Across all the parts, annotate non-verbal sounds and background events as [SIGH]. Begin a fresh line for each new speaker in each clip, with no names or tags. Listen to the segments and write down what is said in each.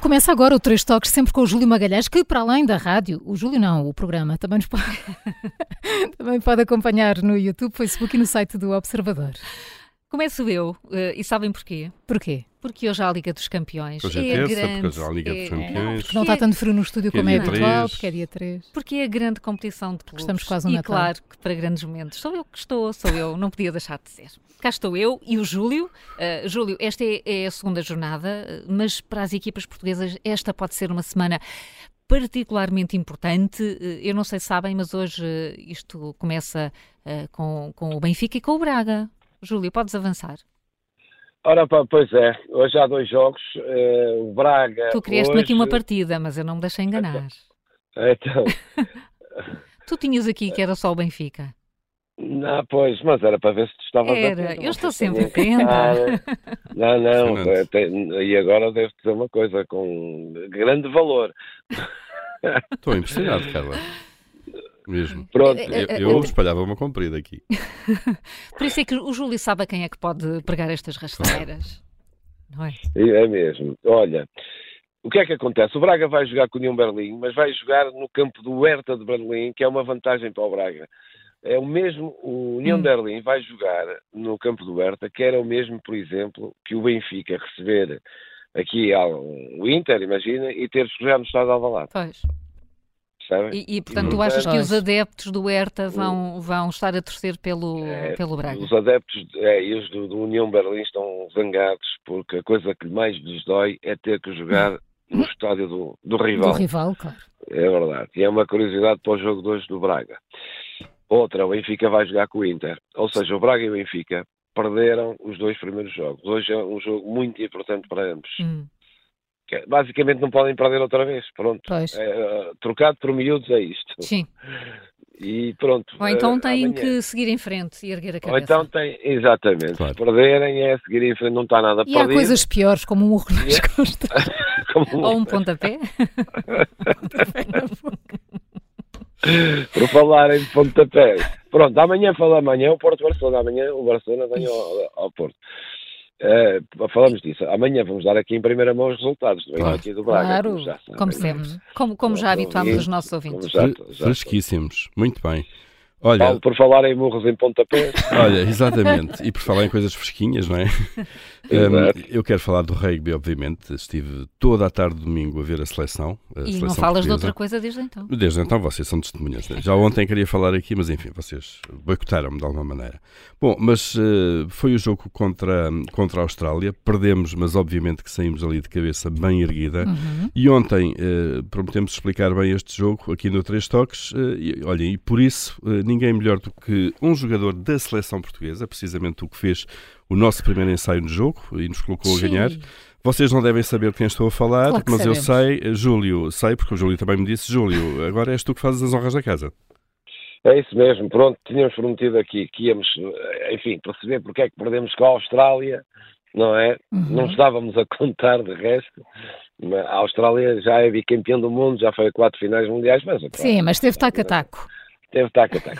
Começa agora o Três Toques, sempre com o Júlio Magalhães, que para além da rádio, o Júlio não, o programa, também, nos pode, [LAUGHS] também pode acompanhar no YouTube, Facebook e no site do Observador.
Começo eu, eh, e sabem porquê?
Porquê?
Porque hoje há a Liga dos Campeões.
Hoje é
a
terça,
grande-
porque hoje há a Liga dos
é-
Campeões.
não,
Que não está
porque-
tanto frio no estúdio
Que é
como é
dia
habitual,
três.
porque é dia 3.
Porque é a grande competição de clubes.
Estamos quase no
e
Natal.
claro que para grandes momentos. Sou eu que estou, sou eu, não podia deixar de ser. Cá estou eu e o Júlio. Ah, Júlio, esta é, é a segunda jornada, mas para as equipas portuguesas esta pode ser uma semana particularmente importante. Eh, Eu não sei se sabem, mas hoje eh, isto começa eh, com, com o Benfica e com o Braga. Júlio, podes avançar.
Ora, pá, pois é, hoje há dois jogos, eh, o Braga.
Tu criaste-me
hoje...
aqui uma partida, mas eu não me deixei
[LAUGHS]
enganar.
Então,
Tu tinhas aqui que era só o Benfica.
não, pois, mas era para ver se tu estavas
Era,
atento.
eu estou sempre
Ah,
atenta.
não, não,
Impressionante.
eh, tem- e agora devo dizer uma coisa com grande valor.
Estou impressionado, Carla. Mesmo.
Pronto,
Eh, eh,
Eu, eu espalhava uma comprida aqui.
Por isso é que o Júlio sabe a quem é que pode pregar estas rasteiras. Não é?
e é mesmo. Olha, o que é que acontece? O Braga vai jogar com o União Berlim, mas vai jogar no campo do Hertha de Berlim, que é uma vantagem para o Braga. É o mesmo, o União
Hum.
Berlim vai jogar no campo do Hertha, que era o mesmo, por exemplo, que o Benfica receber aqui ao o Inter, imagina, e ter que jogar no estado de Alvalade,
Pois.
percebem?
E, e, portanto, tu
Hum.
achas que
Pois.
os adeptos do Herta vão, vão estar a torcer pelo,
É,
pelo Braga?
Os adeptos é, e os do, do União Berlim estão zangados porque a coisa que mais lhes dói é ter que jogar
Hum.
no estádio do, do
Do
rival.
rival, claro.
É verdade. E é uma curiosidade para o jogo de hoje do Braga. Outra, o Benfica vai jogar com o Inter. Ou seja, o Braga e o Benfica perderam os dois primeiros jogos. Hoje é um jogo muito importante para ambos.
Hum.
Que, é, Basicamente não podem perder outra vez. Pronto.
Pois.
É, uh, trocado por miúdos é isto.
Sim.
E pronto.
Ou então
uh,
têm
amanhã.
que seguir em frente e erguer a
Ou
cabeça.
então tem, exatamente.
Claro.
Se perderem é seguir em frente, não está nada
E há
perdido.
coisas piores, como um urro
é.
nas costas.
[LAUGHS] Como-
Ou um pontapé.
Por falar em pontapé. Pronto, amanhã fala amanhã, é o Porto Barcelona, amanhã o Barcelona vem ao, ao Porto. Eh, falamos disso. Amanhã vamos dar aqui em primeira mão os resultados do
Claro.
aqui do [LAUGHS] Braga.
Claro,
como já sabem. é? Então,
Como sempre. Como, como já habituámos os nossos
Como
ouvintes.
já-
Fre-
já-
Fresquíssimos. Muito bem.
Paulo,
Olha,
por falar em murros em pontapés,
olha, exatamente. E por falar em coisas fresquinhas, não é?
Exato.
Hum, eu quero falar do rugby, obviamente. Estive toda a tarde de domingo a ver a seleção.
E
A
não
seleção
falas de
portuguesa.
outra coisa desde então.
Desde então vocês são testemunhas. né? Já ontem queria falar aqui, mas enfim, vocês boicotaram-me de alguma maneira. Bom, mas eh, foi o jogo contra, contra a Austrália. Perdemos, mas obviamente que saímos ali de cabeça bem erguida. E ontem eh, prometemos explicar bem este jogo aqui no Três Toques. eh, e, olhem, e por isso eh, ninguém melhor do que um jogador da seleção portuguesa, precisamente o que fez o nosso primeiro ensaio no jogo e nos colocou a ganhar. Vocês não devem saber de quem estou a falar,
Claro que
mas eu
sabemos.
sei, eh, Júlio, sei, porque o Júlio também me disse, Júlio, agora és tu que fazes as honras da casa.
é isso mesmo. Pronto, tínhamos prometido aqui que íamos, eh, enfim, perceber porque é que perdemos com a Austrália, não é?
Uhum.
Não estávamos a contar de resto. Mas A Austrália já é bicampeã do mundo, já foi a quatro finais mundiais, mas pá,
Sim, mas teve taco a taco.
Teve tac
[LAUGHS]
a tac.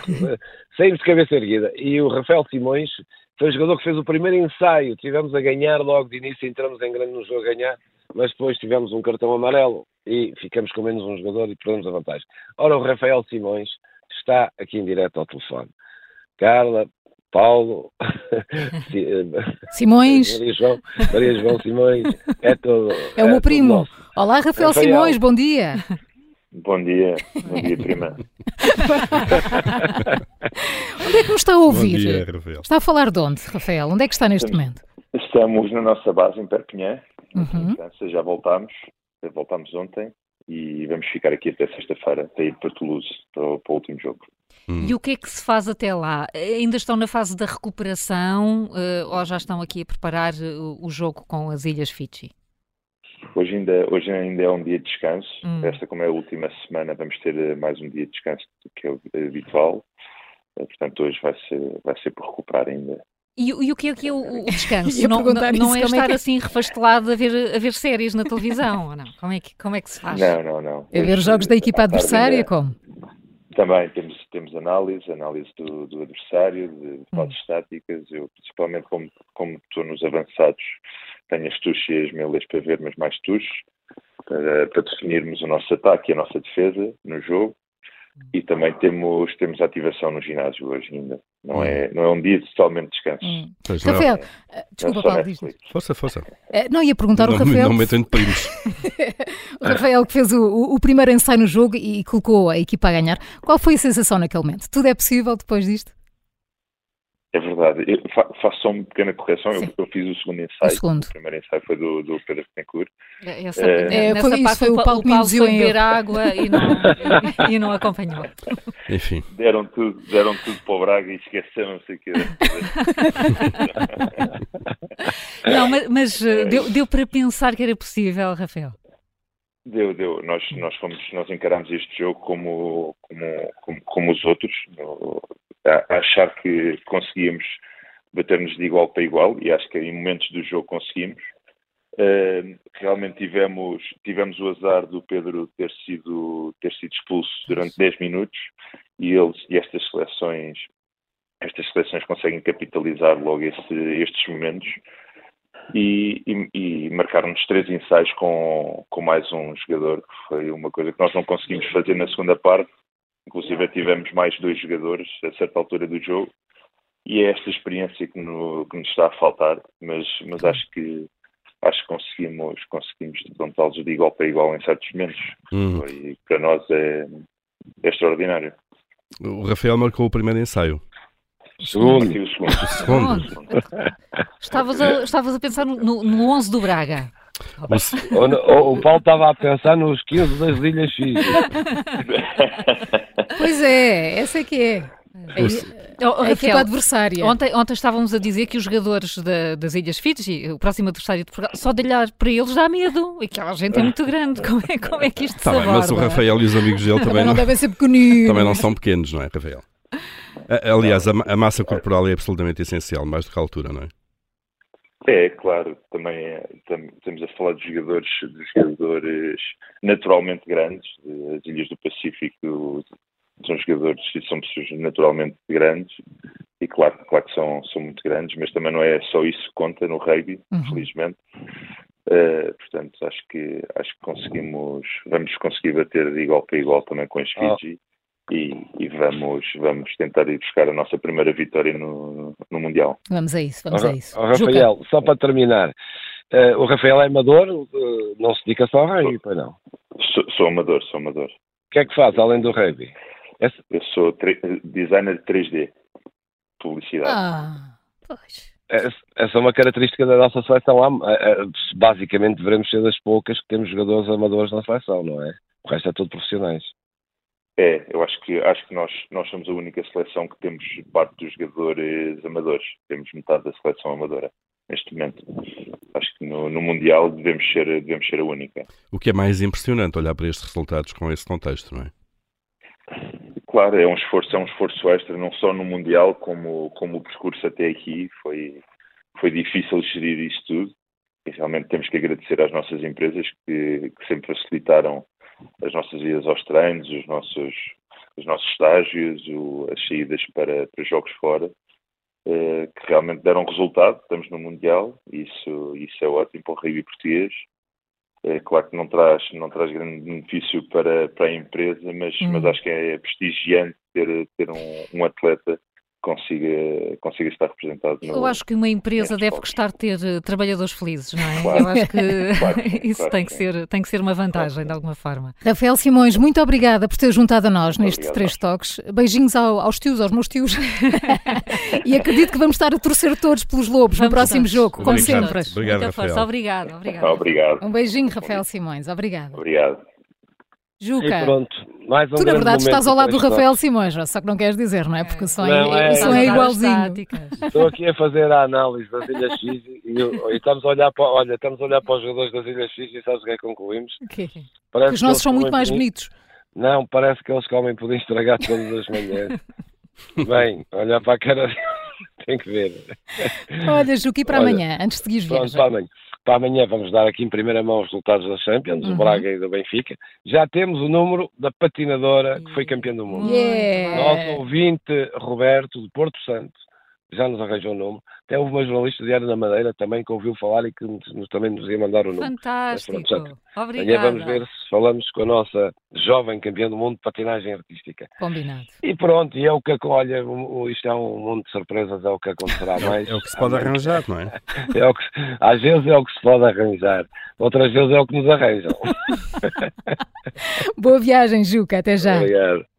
Saímos de cabeça erguida. E o Rafael Simões foi o jogador que fez o primeiro ensaio. Tivemos a ganhar logo de início, entramos em grande no jogo a ganhar, mas depois tivemos um cartão amarelo e ficamos com menos um jogador e perdemos a vantagem. Ora, o Rafael Simões está aqui em direto ao telefone. Carla,
[LAUGHS]
Paulo, Si- eh,
Simões,
Maria João, Maria João Simões, é todo.
é o meu
todo
primo.
nosso.
Olá, Rafael
Rafael.
Simões, bom dia.
Bom dia,
[LAUGHS]
bom dia, prima.
Onde é que nos está a
Bom dia,
ouvir?
Rafael.
Está a falar de onde, Rafael? Onde é que está neste momento?
Estamos na nossa base em Perpignan,
Uhum.
em França, já voltámos, voltámos ontem e vamos ficar aqui até sexta-feira, até ir para Toulouse, para o, para o último jogo.
E o que é que se faz até lá? Ainda estão na fase da recuperação eh, ou já estão aqui a preparar eh, o- o jogo com as Ilhas Fiji?
Hoje ainda, hoje ainda é um dia de descanso,
Hum.
esta como é a última semana vamos ter eh, mais um dia de descanso do que é o habitual, Eh, portanto hoje vai ser, vai ser por recuperar ainda.
E, o- e o que é que é o, o
[LAUGHS]
descanso?
Ia
não não,
perguntar isso,
não é
como é
estar
que é?
assim refastelado a ver, a ver séries na televisão, ou não? Como é que, como é que se faz?
Não, não, não.
A É ver
Hoje, é
jogos da equipa
à tarde
adversária,
ainda-
como?
Também temos, temos análise, análise do, do adversário,
Hum.
de fases estáticas. Eu, principalmente, como, como estou nos avançados, tenho as tuchas e as melas para ver, mas mais tuchas. para, para definirmos o nosso ataque e a nossa defesa no jogo.
Hum.
E também temos, temos ativação no ginásio hoje ainda. Não é, não é um dia totalmente de descanso.
Hum.
Pois não.
Rafael, eh, desculpa,
Não é só
Paulo, diz
Netflix.
Força, força.
Eh, Não, ia perguntar
não,
o Rafael.
não metem de primos.
O Rafael que fez o, o- o primeiro ensaio no jogo e, e colocou a equipa a ganhar. Qual foi a sensação naquele momento? Tudo é possível depois disto?
É verdade. Eu fa- faço só uma pequena correção. Eu,
Sim.
eu fiz o segundo
O
ensaio.
segundo.
O primeiro ensaio foi do, do Pedro Tencourt.
Essa, eh,
É,
nessa
foi isso,
parte
foi o
Pa-
Paulo que me induziu
foi
em
beber
erro.
água e não, e não [LAUGHS] acompanhou.
Enfim,
Deram tudo, deram tudo para o Braga e esqueceram-se aqui.
Não, mas, mas, eh, deu, deu para pensar que era possível, Rafael.
Deu, deu. Nós, nós, fomos, nós encaramos este jogo como, como, como, como os outros, no- a, a achar que conseguíamos bater-nos de igual para igual, e acho que em momentos do jogo conseguimos. Eh, realmente tivemos, tivemos o azar do Pedro ter sido, ter sido expulso durante 10 minutos, e eles e estas seleções, estas seleções conseguem capitalizar logo esse- estes momentos e, e- e marcaram-nos três ensaios com, com mais um jogador, que foi uma coisa que nós não conseguimos fazer na segunda parte. Inclusive, tivemos mais dois jogadores a certa altura do jogo. E é esta experiência que, no- que nos está a faltar, mas, mas acho que acho que conseguimos, conseguimos levantá-los de igual para igual em certos momentos.
Hum.
E para nós é, é extraordinário.
o Rafael marcou o primeiro ensaio.
Segundo.
Aqui o segundo.
Ah,
Segundo.
Estavas a, estavas a pensar no, no, no 11 do Braga.
O, se-
O, o- o Paulo estava a pensar nos 15 das Ilhas Fijas.
Pois é, essa é que é.
o
É-
se-
Oh, oh,
A equipa
Rafael,
adversária.
ontem, ontem estávamos a dizer que os jogadores da- das Ilhas Fiji, o próximo adversário de Portugal, só de olhar para eles dá medo. E aquela gente é muito grande. Como é, como é que isto
Tá
se
bem,
aborda?
mas o Rafael e os amigos dele também
Também [LAUGHS] não
não,
devem ser pequeninos.
também não são pequenos, não é, Rafael? A- Aliás, a, ma- a massa corporal é absolutamente essencial, mais do que a altura, não é?
É, claro, também é, tam- estamos a falar de jogadores, de jogadores eh, naturalmente grandes, de- as Ilhas do Pacífico são jogadores e são pessoas naturalmente grandes, e claro, claro que são, são muito grandes, mas também não é só isso que conta no rugby,
Uhum.
felizmente. Eh, portanto, acho que, acho que conseguimos, vamos conseguir bater de igual para igual também com as
Ah.
Fiji e, e vamos, vamos tentar ir buscar a nossa primeira vitória no, no Mundial.
Vamos a isso, vamos
Ó,
a isso.
ó,
Juca,
Rafael, só para terminar. eh, o Rafael é amador, eh, não se dedica só ao rugby, pois não. O
Sou, sou amador, sou amador.
que é que faz além do rugby? É-
Eu sou tre- designer de 3D, publicidade.
Ah, pois.
é- Essa é uma característica da nossa seleção. Há- eh, eh, Basicamente, devemos ser das poucas que temos jogadores amadores na seleção, não é? O resto é tudo profissionais.
É, eu acho que acho que nós nós somos a única seleção que temos parte dos jogadores amadores. Temos metade da seleção amadora neste momento. Acho que no, no mundial devemos ser devemos ser a única.
O que é mais impressionante, olhar para estes resultados com esse contexto, não é?
Claro, é um esforço, é um esforço extra, não só no Mundial, como, como o percurso até aqui. Foi, foi difícil gerir isto tudo. E realmente temos que agradecer às nossas empresas que, que sempre facilitaram as nossas idas aos treinos, os nossos, os nossos estágios, o- as saídas para, para jogos fora, eh, que realmente deram resultado. Estamos no Mundial, e isso, isso é ótimo para o rugby português. É claro que não traz, não traz grande benefício para, para a empresa, mas,
Hum.
mas acho que é prestigiante ter, ter um, um atleta que consiga, consiga estar representado no
Eu acho que uma empresa
nestes
deve
povos.
gostar de ter eh, trabalhadores felizes, não é?
Claro.
Eu acho que [LAUGHS]
Claro,
isso
claro
tem, que
que
ser, tem que ser uma vantagem, de alguma forma.
Rafael Simões, muito obrigada por ter juntado a nós
Muito
neste
obrigado,
Três Toques. Beijinhos ao- aos tios, aos meus tios. [LAUGHS] e acredito que vamos estar a torcer todos pelos lobos no
Vamos então.
próximo
todos.
jogo, como
Obrigado.
sempre.
Obrigado,
Muita força.
Rafael.
Obrigado, obrigado.
Obrigado,
Um beijinho, Rafael Simões. Obrigada.
obrigado.
Juca.
E pronto, mais um
Tu, na
grande
verdade,
momento
estás ao lado do
três
Rafael Simões, só que não queres dizer, não é? Porque o som é,
Não,
o
é-
som é igualzinho.
toques. Estou aqui a fazer a análise das Ilhas Fiji e, eu- e estamos, a olhar para, olha, estamos a olhar para os jogadores das Ilhas Fiji e sabes o que é que concluímos?
Ok.
Parece
Os nossos
que eles
são muito
comem
mais
pudim-
bonitos.
Não, parece que eles comem pudim estragado todas
[LAUGHS]
as manhãs. Bem, olhar para a cara deles, [LAUGHS] tem que ver.
Olha, Juca, e para
Olha,
amanhã, antes de seguir
Pronto,
viagem?
para amanhã. Para amanhã vamos dar aqui em primeira mão os resultados da Champions,
Uhum.
do Braga e do Benfica. Já temos o número da patinadora que foi campeã do mundo.
Uhum. Yeah.
Nosso ouvinte Roberto de Porto Santo já nos arranjou o nome. Até houve uma jornalista de Diário na Madeira também que ouviu falar e que nos, nos- também nos ia mandar o nome.
Fantástico.
Mas pronto,
Obrigada.
Amanhã vamos ver se falamos com a nossa jovem campeã do mundo de patinagem artística.
Combinado.
E pronto, e é o que ac- olha, o- o- isto é um mundo de surpresas, é o que acontecerá mais.
É o que se pode arranjar, não é?
É o que, às vezes é o que se pode arranjar, outras vezes é o que nos arranjam.
Boa viagem, Juca. Até já.
Obrigado.